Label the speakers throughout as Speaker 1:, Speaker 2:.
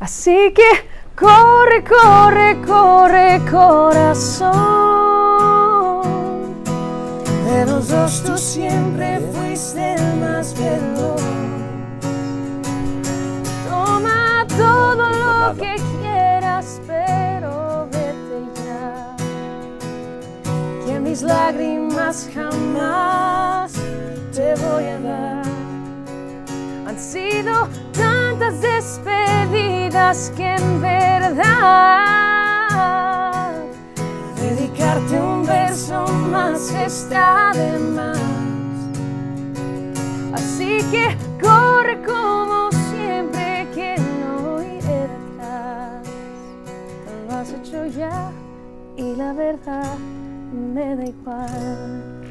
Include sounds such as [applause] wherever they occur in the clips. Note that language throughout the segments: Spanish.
Speaker 1: Así que corre, corre, corre, corazón.
Speaker 2: De los dos tú siempre fuiste el más veloz.
Speaker 1: Toma todo lo que quieras, pero vete ya.
Speaker 2: Que mis lágrimas jamás te voy a dar.
Speaker 1: Han sido tantas despedidas que en verdad
Speaker 2: Dedicarte un verso más está de más.
Speaker 1: Así que corre como siempre que no iré detrás. Lo has hecho ya y la verdad me da igual.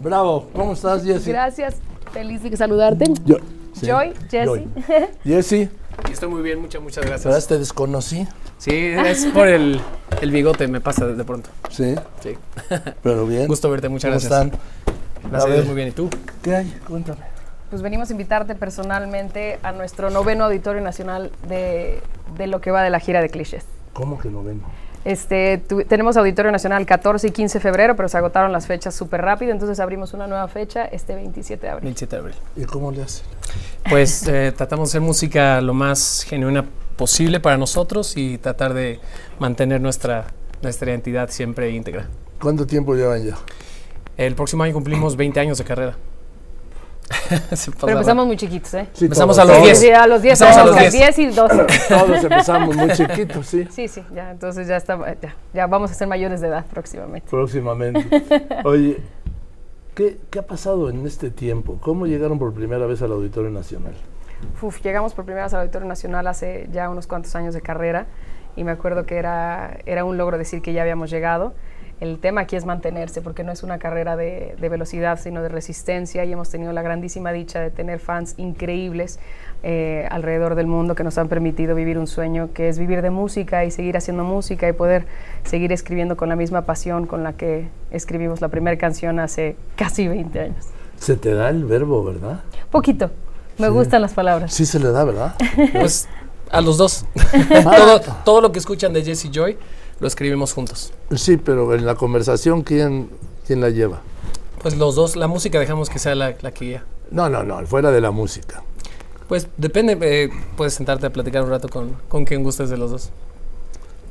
Speaker 3: Bravo, ¿cómo estás, Jessy?
Speaker 1: Gracias, feliz de saludarte.
Speaker 3: Yo- sí.
Speaker 1: Joy, Jessy.
Speaker 3: Joy. Jessy,
Speaker 4: Estoy muy bien, muchas, muchas
Speaker 3: la ¿verdad?
Speaker 4: gracias.
Speaker 3: Te desconocí.
Speaker 4: Sí, es por el, el bigote, me pasa de pronto.
Speaker 3: Sí,
Speaker 4: Sí.
Speaker 3: pero bien.
Speaker 4: Gusto verte, muchas
Speaker 3: ¿Cómo
Speaker 4: gracias.
Speaker 3: están?
Speaker 4: Gracias,
Speaker 3: A ver.
Speaker 4: muy bien. ¿Y tú?
Speaker 3: ¿Qué hay? Cuéntame.
Speaker 1: Pues venimos a invitarte personalmente a nuestro noveno Auditorio Nacional de, de lo que va de la gira de clichés.
Speaker 3: ¿Cómo que no ven?
Speaker 1: Este, tu- tenemos Auditorio Nacional 14 y 15 de febrero, pero se agotaron las fechas súper rápido, entonces abrimos una nueva fecha este 27 de abril.
Speaker 4: 27 de abril.
Speaker 3: ¿Y cómo le hacen?
Speaker 4: Pues eh, tratamos de hacer música lo más genuina posible para nosotros y tratar de mantener nuestra, nuestra identidad siempre íntegra.
Speaker 3: ¿Cuánto tiempo llevan ya?
Speaker 4: El próximo año cumplimos 20 años de carrera. [laughs] Se pasa
Speaker 1: Pero empezamos
Speaker 4: rápido.
Speaker 1: muy chiquitos, ¿eh?
Speaker 3: Sí,
Speaker 4: Empezamos
Speaker 3: todos,
Speaker 4: a los
Speaker 3: todos.
Speaker 1: Sí, a los 10
Speaker 4: Empezamos a
Speaker 1: años,
Speaker 4: los
Speaker 1: a 10 y 12.
Speaker 3: Todos empezamos muy chiquitos, sí.
Speaker 1: Sí, sí, ya, entonces ya, está, ya, ya vamos a ser mayores de edad próximamente.
Speaker 3: Próximamente.
Speaker 1: [laughs]
Speaker 3: Oye, ¿qué, qué ha pasado en este tiempo? ¿Cómo llegaron por primera vez al Auditorio Nacional?
Speaker 1: Uf, llegamos por primera vez al Auditorio Nacional hace ya unos cuantos años de carrera y me acuerdo que era, era un logro decir que ya habíamos llegado. El tema aquí es mantenerse porque no es una carrera de, de velocidad sino de resistencia y hemos tenido la grandísima dicha de tener fans increíbles eh, alrededor del mundo que nos han permitido vivir un sueño que es vivir de música y seguir haciendo música y poder seguir escribiendo con la misma pasión con la que escribimos la primera canción hace casi 20 años.
Speaker 3: Se te da el verbo, ¿verdad?
Speaker 1: Poquito, me
Speaker 3: Sí.
Speaker 1: gustan las palabras.
Speaker 3: Sí se le
Speaker 1: [laughs]
Speaker 3: da, ¿verdad?
Speaker 4: Pues a los dos. todo,
Speaker 3: Ah,
Speaker 4: todo lo que escuchan de Jesse Joy lo escribimos juntos.
Speaker 3: sí, pero en la conversación, ¿quién, quién la lleva?
Speaker 4: Pues los dos, la música dejamos que sea la, la que guía.
Speaker 3: No, no, no, fuera de la música.
Speaker 4: Pues depende, eh, puedes sentarte a platicar un rato con, con quien gustes de los dos.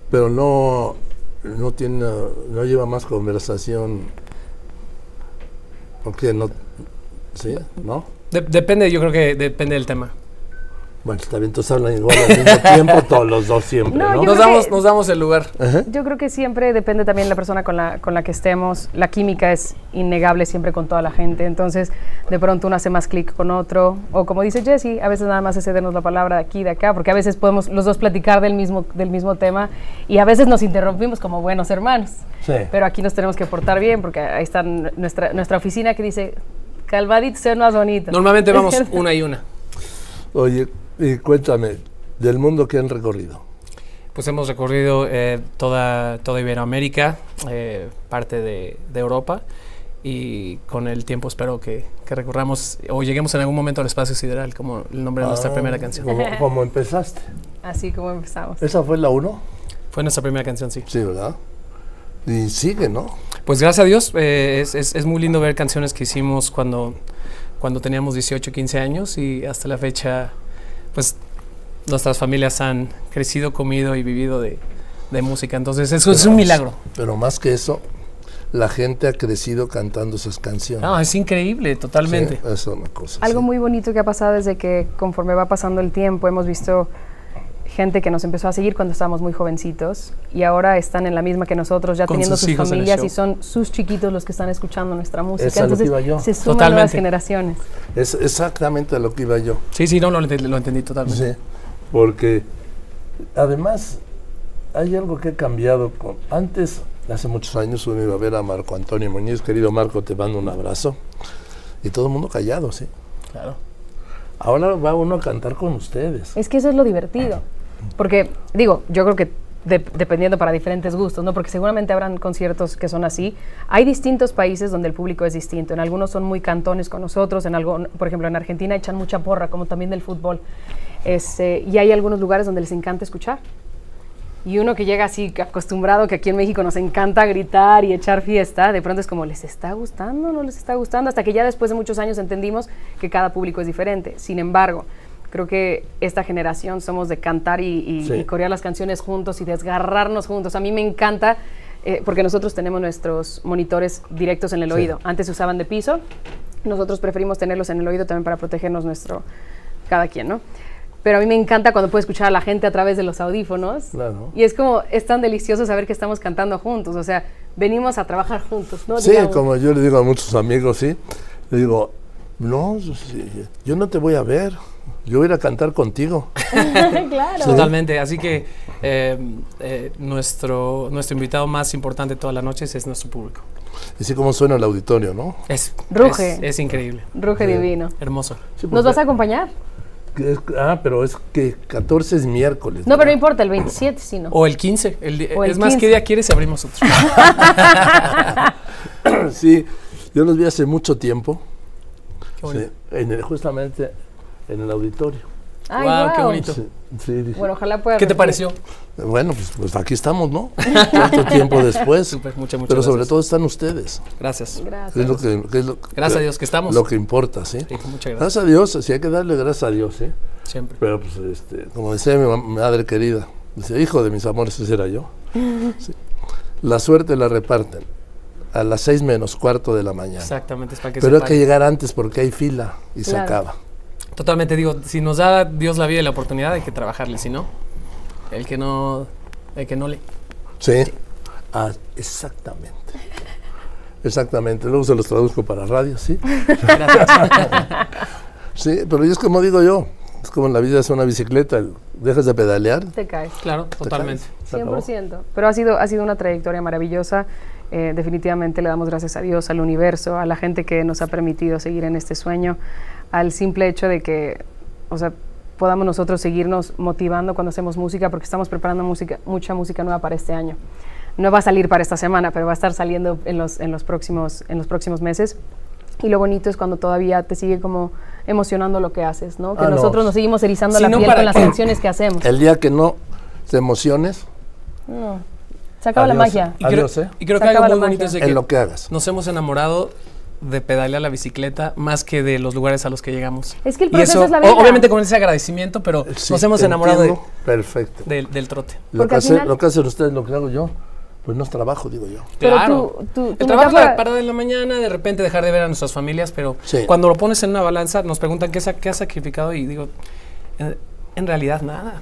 Speaker 3: Pero no, no tiene, no lleva más conversación. ¿Por qué no? ¿Sí? ¿No?
Speaker 4: De- depende, yo creo que depende del tema.
Speaker 3: Bueno, está bien, entonces hablan igual al
Speaker 1: [laughs]
Speaker 3: mismo tiempo, todos los dos siempre,
Speaker 1: No,
Speaker 3: ¿no?
Speaker 1: yo-
Speaker 4: Nos
Speaker 1: creo
Speaker 4: damos,
Speaker 1: que-
Speaker 4: nos damos el lugar.
Speaker 1: [laughs]
Speaker 3: Ajá.
Speaker 1: Yo creo que siempre depende también la persona con la, con la que estemos. La química es innegable siempre con toda la gente. Entonces, de pronto uno hace más clic con otro. O como dice Jesse, a veces nada más es cedernos la palabra de aquí y de acá, porque a veces podemos los dos platicar del mismo, del mismo tema y a veces nos interrumpimos como buenos hermanos.
Speaker 3: Sí.
Speaker 1: Pero aquí nos tenemos que portar bien, porque ahí está n- nuestra, nuestra oficina que dice, calvadito, sea más bonito. [laughs]
Speaker 4: Normalmente vamos una y una.
Speaker 3: Oye, y cuéntame, del mundo que han recorrido.
Speaker 4: Pues hemos recorrido eh, toda, toda Iberoamérica, eh, parte de, de Europa y con el tiempo espero que, que recorramos o lleguemos en algún momento al espacio sideral, como el nombre de nuestra
Speaker 3: Ah,
Speaker 4: primera canción.
Speaker 3: Como, como empezaste.
Speaker 1: Así como empezamos.
Speaker 3: ¿Esa fue la uno?
Speaker 4: Fue nuestra primera canción, sí.
Speaker 3: Sí, ¿verdad? Y sigue, ¿no?
Speaker 4: Pues gracias a Dios, eh, es, es- es muy lindo ver canciones que hicimos cuando, cuando teníamos 18, 15 años y hasta la fecha, pues nuestras familias han crecido, comido y vivido de, de música. Entonces, eso es un milagro.
Speaker 3: Pero más que eso, la gente ha crecido cantando esas canciones.
Speaker 4: No, es increíble, Ah, totalmente.
Speaker 3: Sí, es una cosa.
Speaker 1: Algo
Speaker 3: sí.
Speaker 1: muy bonito que ha pasado desde que conforme va pasando el tiempo hemos visto gente que nos empezó a seguir cuando estábamos muy jovencitos y ahora están en la misma que nosotros, ya
Speaker 4: Con
Speaker 1: teniendo
Speaker 4: sus
Speaker 1: sus
Speaker 4: hijos en el
Speaker 1: familias
Speaker 4: show.
Speaker 1: y son sus chiquitos los que están escuchando nuestra música.
Speaker 3: Es a lo que
Speaker 1: Entonces
Speaker 3: iba yo.
Speaker 1: se suman
Speaker 4: Totalmente.
Speaker 1: nuevas generaciones.
Speaker 3: Es exactamente a lo que iba yo.
Speaker 4: Sí, sí, no, lo, ent- lo entendí totalmente.
Speaker 3: Sí, porque además hay algo que ha cambiado. con- antes, hace muchos años, uno iba a ver a Marco Antonio Muñiz. Querido Marco, te mando un abrazo. Y todo el mundo callado, sí.
Speaker 4: Claro.
Speaker 3: Ahora va uno a cantar con ustedes.
Speaker 1: Es que eso es lo divertido. Porque, digo, yo creo que de- dependiendo para diferentes gustos, ¿no? Porque seguramente habrán conciertos que son así. Hay distintos países donde el público es distinto. En algunos son muy cantones con nosotros, en algo, por ejemplo, en Argentina echan mucha porra, como también del fútbol. Este, y hay algunos lugares donde les encanta escuchar. Y uno que llega así acostumbrado, que aquí en México nos encanta gritar y echar fiesta, de pronto es como, ¿les está gustando? ¿No les está gustando? Hasta que ya después de muchos años entendimos que cada público es diferente. Sin embargo, creo que esta generación somos de cantar y, y-
Speaker 3: Sí.
Speaker 1: y corear las canciones juntos y desgarrarnos juntos. A mí me encanta, eh, porque nosotros tenemos nuestros monitores directos en el
Speaker 3: Sí.
Speaker 1: oído. Antes se usaban de piso, nosotros preferimos tenerlos en el oído también para protegernos nuestro, cada quien, ¿no? Pero a mí me encanta cuando puedo escuchar a la gente a través de los audífonos.
Speaker 3: Claro.
Speaker 1: Y es como, es tan delicioso saber que estamos cantando juntos, o sea, venimos a trabajar juntos, ¿no?
Speaker 3: Sí,
Speaker 1: Digamos.
Speaker 3: como yo le digo a muchos amigos, sí, le digo, no, sí, yo no te voy a ver, yo voy a ir a cantar contigo. [laughs]
Speaker 1: claro.
Speaker 4: Totalmente, así que eh, eh, nuestro, nuestro invitado más importante toda la noche es nuestro público.
Speaker 3: Y sí, cómo suena el auditorio, ¿no?
Speaker 4: Es,
Speaker 1: Ruge.
Speaker 4: es, es increíble,
Speaker 1: Ruge divino.
Speaker 4: hermoso.
Speaker 3: Sí,
Speaker 1: ¿Nos
Speaker 3: porque-
Speaker 1: vas a acompañar?
Speaker 3: que es- ah, pero es que 14 es miércoles.
Speaker 1: No, pero no importa, el 27 sí, ¿no?
Speaker 4: O el 15, el di-
Speaker 1: O el
Speaker 4: es más,
Speaker 1: 15.
Speaker 4: ¿qué día quieres?
Speaker 3: [laughs]
Speaker 4: Abrimos otro.
Speaker 3: [clears throat] Sí, yo los vi hace mucho tiempo,
Speaker 4: Qué bueno.
Speaker 3: sí, en el- justamente en el auditorio.
Speaker 1: Ay,
Speaker 4: Guau, qué
Speaker 1: guau.
Speaker 4: bonito.
Speaker 3: Sí, sí, dije,
Speaker 1: Bueno, ojalá pueda
Speaker 4: ¿Qué te
Speaker 1: repetir.
Speaker 4: pareció?
Speaker 3: bueno, pues, pues aquí
Speaker 1: [laughs]
Speaker 3: estamos, ¿no? Tanto tiempo después,
Speaker 4: Súper, muchas, muchas
Speaker 3: pero sobre
Speaker 4: gracias.
Speaker 3: todo están ustedes.
Speaker 4: Gracias.
Speaker 3: Es
Speaker 1: Gracias.
Speaker 3: lo que, que es lo-
Speaker 4: Gracias a Dios que estamos.
Speaker 3: Lo que importa, ¿sí?
Speaker 4: Sí, muchas gracias,
Speaker 3: Gracias a Dios, sí hay que darle gracias a Dios, ¿eh?
Speaker 4: siempre.
Speaker 3: Pero pues, este, como decía mi ma- madre querida, dice, hijo de mis amores, ese era
Speaker 4: [laughs]
Speaker 3: yo. Sí. La suerte la reparten a las seis menos cuarto de la mañana.
Speaker 4: Exactamente, es para que
Speaker 3: Pero hay
Speaker 4: sepan.
Speaker 3: que llegar antes porque hay fila y se
Speaker 1: Claro.
Speaker 3: acaba.
Speaker 4: Totalmente, digo, si nos da Dios la vida y la oportunidad, hay que trabajarle, si no, el que no, el que no le.
Speaker 3: Sí. Ah, exactamente. Exactamente. Luego se los traduzco para radio,
Speaker 4: [laughs]
Speaker 3: ¿sí? sí, pero es como digo yo. Es como en la vida es una bicicleta. el- Dejas de pedalear. te
Speaker 1: Te caes.
Speaker 4: Claro, totalmente.
Speaker 3: caes, se acabó.
Speaker 1: 100%. Pero ha sido, ha sido una trayectoria maravillosa. Eh, definitivamente le damos gracias a Dios, al universo, a la gente que nos ha permitido seguir en este sueño, al simple hecho de que, o sea, podamos nosotros seguirnos motivando cuando hacemos música, porque estamos preparando música, mucha música nueva para este año. No va a salir para esta semana, pero va a estar saliendo en los, en los, próximos, en los próximos meses. Y lo bonito es cuando todavía te sigue como emocionando lo que haces, ¿no? Que
Speaker 3: Ah, no.
Speaker 1: nosotros nos seguimos erizando
Speaker 4: Si
Speaker 1: la
Speaker 4: no,
Speaker 1: piel
Speaker 4: ¿para
Speaker 1: con las
Speaker 4: qué?
Speaker 1: canciones que hacemos.
Speaker 3: El día que no te emociones,
Speaker 1: No. Se acaba la
Speaker 3: Adiós.
Speaker 1: magia.
Speaker 4: Y creo,
Speaker 3: Adiós, ¿eh?
Speaker 4: y creo
Speaker 1: Se
Speaker 4: que algo
Speaker 1: acaba la
Speaker 4: muy bonito
Speaker 1: magia.
Speaker 4: es de que
Speaker 3: en lo que hagas.
Speaker 4: nos hemos enamorado de pedalear la bicicleta más que de los lugares a los que llegamos.
Speaker 1: Es que el
Speaker 4: Y
Speaker 1: proceso
Speaker 4: eso,
Speaker 1: es la
Speaker 4: o-
Speaker 1: vida.
Speaker 4: Obviamente con ese agradecimiento, pero
Speaker 3: Sí,
Speaker 4: nos hemos
Speaker 3: te
Speaker 4: enamorado de-
Speaker 3: entiendo. Perfecto.
Speaker 4: del- del trote.
Speaker 3: Lo
Speaker 1: Porque
Speaker 3: que,
Speaker 1: al
Speaker 3: hace-
Speaker 1: final-
Speaker 3: lo que hacen ustedes, lo que hago yo, pues no es trabajo, digo yo.
Speaker 1: Pero
Speaker 4: Claro.
Speaker 1: tú- tú- tu
Speaker 4: el trabajo
Speaker 1: metáfora-
Speaker 4: de parada en la mañana, de repente dejar de ver a nuestras familias, pero
Speaker 3: Sí.
Speaker 4: cuando lo pones en una balanza, nos preguntan qué, sa- qué has sacrificado y digo, en, en realidad nada.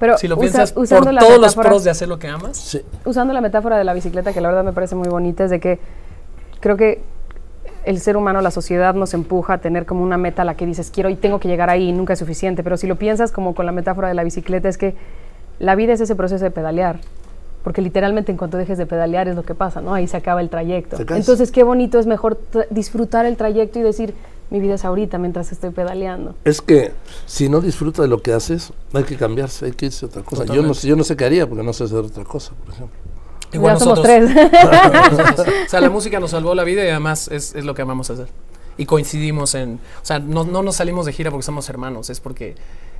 Speaker 1: Pero
Speaker 4: Si lo
Speaker 1: usa-
Speaker 4: piensas por
Speaker 1: usando la
Speaker 4: todos los
Speaker 1: metáfora-
Speaker 4: pros de hacer lo que amas,
Speaker 3: Sí.
Speaker 1: usando la metáfora de la bicicleta, que la verdad me parece muy bonita, es de que creo que el ser humano, la sociedad nos empuja a tener como una meta a la que dices quiero y tengo que llegar ahí y nunca es suficiente. Pero si lo piensas como con la metáfora de la bicicleta, es que la vida es ese proceso de pedalear. Porque literalmente en cuanto dejes de pedalear es lo que pasa, ¿no? Ahí se acaba el trayecto.
Speaker 3: Te caes.
Speaker 1: Entonces, qué bonito es mejor tra- disfrutar el trayecto y decir, mi vida es ahorita mientras estoy pedaleando.
Speaker 3: Es que si no disfruta de lo que haces, hay que cambiarse, hay que irse a otra cosa. Yo no,
Speaker 4: Totalmente.
Speaker 3: sé- yo no sé qué haría porque no sé hacer otra cosa, por ejemplo.
Speaker 4: igual
Speaker 1: ya
Speaker 4: nosotros.
Speaker 1: somos tres.
Speaker 4: [laughs] O sea, la música nos salvó la vida y además es, es lo que amamos hacer. Y coincidimos en. O sea, no, no nos salimos de gira porque somos hermanos, es porque.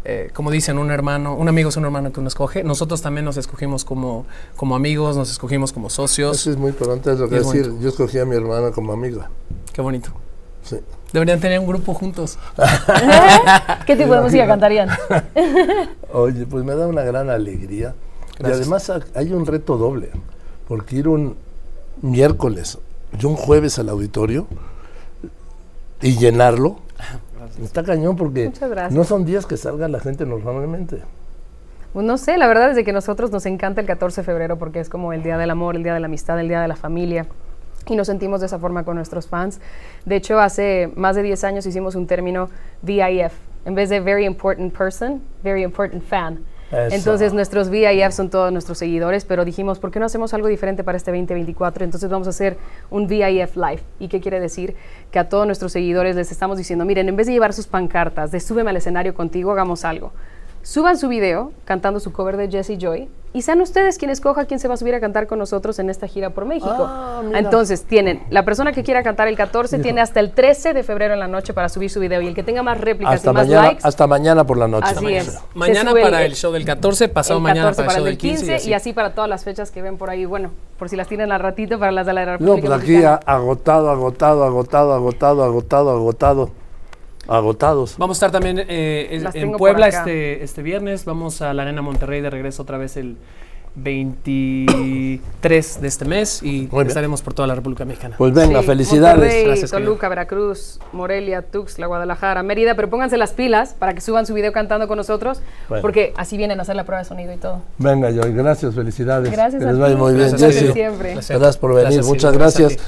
Speaker 4: eh, como dicen, un hermano, un amigo es un hermano que uno escoge. Nosotros también nos escogimos como, como amigos, nos escogimos como socios.
Speaker 3: Eso es muy importante es lo que
Speaker 4: Es
Speaker 3: decir.
Speaker 4: bonito.
Speaker 3: Yo escogí a mi hermana como amiga.
Speaker 4: Qué bonito.
Speaker 3: Sí.
Speaker 4: Deberían tener un grupo juntos. Ah,
Speaker 1: [laughs] ¿Qué tipo de música cantarían?
Speaker 3: Oye, pues me da una gran alegría. Y
Speaker 4: Gracias.
Speaker 3: además ha- hay un reto doble, porque ir un miércoles y un jueves al auditorio y llenarlo, está cañón porque
Speaker 1: Muchas gracias.
Speaker 3: no son días que salga la gente normalmente.
Speaker 1: Pues no sé, la verdad es de que nosotros nos encanta el 14 de febrero porque es como el día del amor, el día de la amistad, el día de la familia. Y nos sentimos de esa forma con nuestros fans. De hecho, hace más de 10 años hicimos un término VIF. En vez de Very Important Person, Very Important Fan.
Speaker 3: Eso.
Speaker 1: Entonces, nuestros VIF son todos nuestros seguidores, pero dijimos, ¿por qué no hacemos algo diferente para este 2024? Entonces, vamos a hacer un VIF Live. ¿Y qué quiere decir? Que a todos nuestros seguidores les estamos diciendo, miren, en vez de llevar sus pancartas de súbeme al escenario contigo, hagamos algo. Suban su video cantando su cover de Jesse Joy y sean ustedes quienes coja quién se va a subir a cantar con nosotros en esta gira por México.
Speaker 3: Ah, mira.
Speaker 1: Entonces, tienen, la persona que quiera cantar el 14 tiene hasta el 13 de febrero en la noche para subir su video y el que tenga más réplicas
Speaker 3: Hasta
Speaker 1: y más
Speaker 3: mañana,
Speaker 1: likes.
Speaker 3: hasta mañana por la noche.
Speaker 1: Así es. Se
Speaker 4: Mañana
Speaker 1: sube
Speaker 4: para el show del 14, pasado
Speaker 1: el
Speaker 4: mañana
Speaker 1: 14
Speaker 4: para el show
Speaker 1: el
Speaker 4: del 15. y así.
Speaker 1: y así para todas las fechas que ven por ahí. Bueno, por si las tienen al ratito para las de la República
Speaker 3: No, pues aquí
Speaker 1: Mexicana.
Speaker 3: a- agotado, agotado, agotado, agotado, agotado, agotado. Agotados.
Speaker 4: Vamos a estar también eh, es-
Speaker 1: Las
Speaker 4: en
Speaker 1: tengo por
Speaker 4: Puebla
Speaker 1: acá.
Speaker 4: este, este viernes. Vamos a la Arena Monterrey de regreso otra vez el 23 de este mes y
Speaker 3: bien.
Speaker 4: estaremos por toda la República Mexicana.
Speaker 3: Pues venga,
Speaker 1: Sí,
Speaker 3: felicidades.
Speaker 1: Monterrey,
Speaker 4: Gracias, querido.
Speaker 1: Toluca, Veracruz, Morelia, Tuxtla, Guadalajara, Mérida, pero pónganse las pilas para que suban su video cantando con nosotros,
Speaker 3: Bueno.
Speaker 1: porque así vienen a hacer la prueba de sonido y todo.
Speaker 3: Venga, Joy, gracias, felicidades.
Speaker 1: Gracias
Speaker 3: Que
Speaker 1: a
Speaker 3: les vaya
Speaker 1: ti.
Speaker 3: muy bien,
Speaker 1: Gracias,
Speaker 3: Jessy.
Speaker 1: siempre.
Speaker 3: Gracias por venir,
Speaker 4: Silvia.
Speaker 3: muchas
Speaker 4: Gracias a
Speaker 3: gracias.
Speaker 4: ti.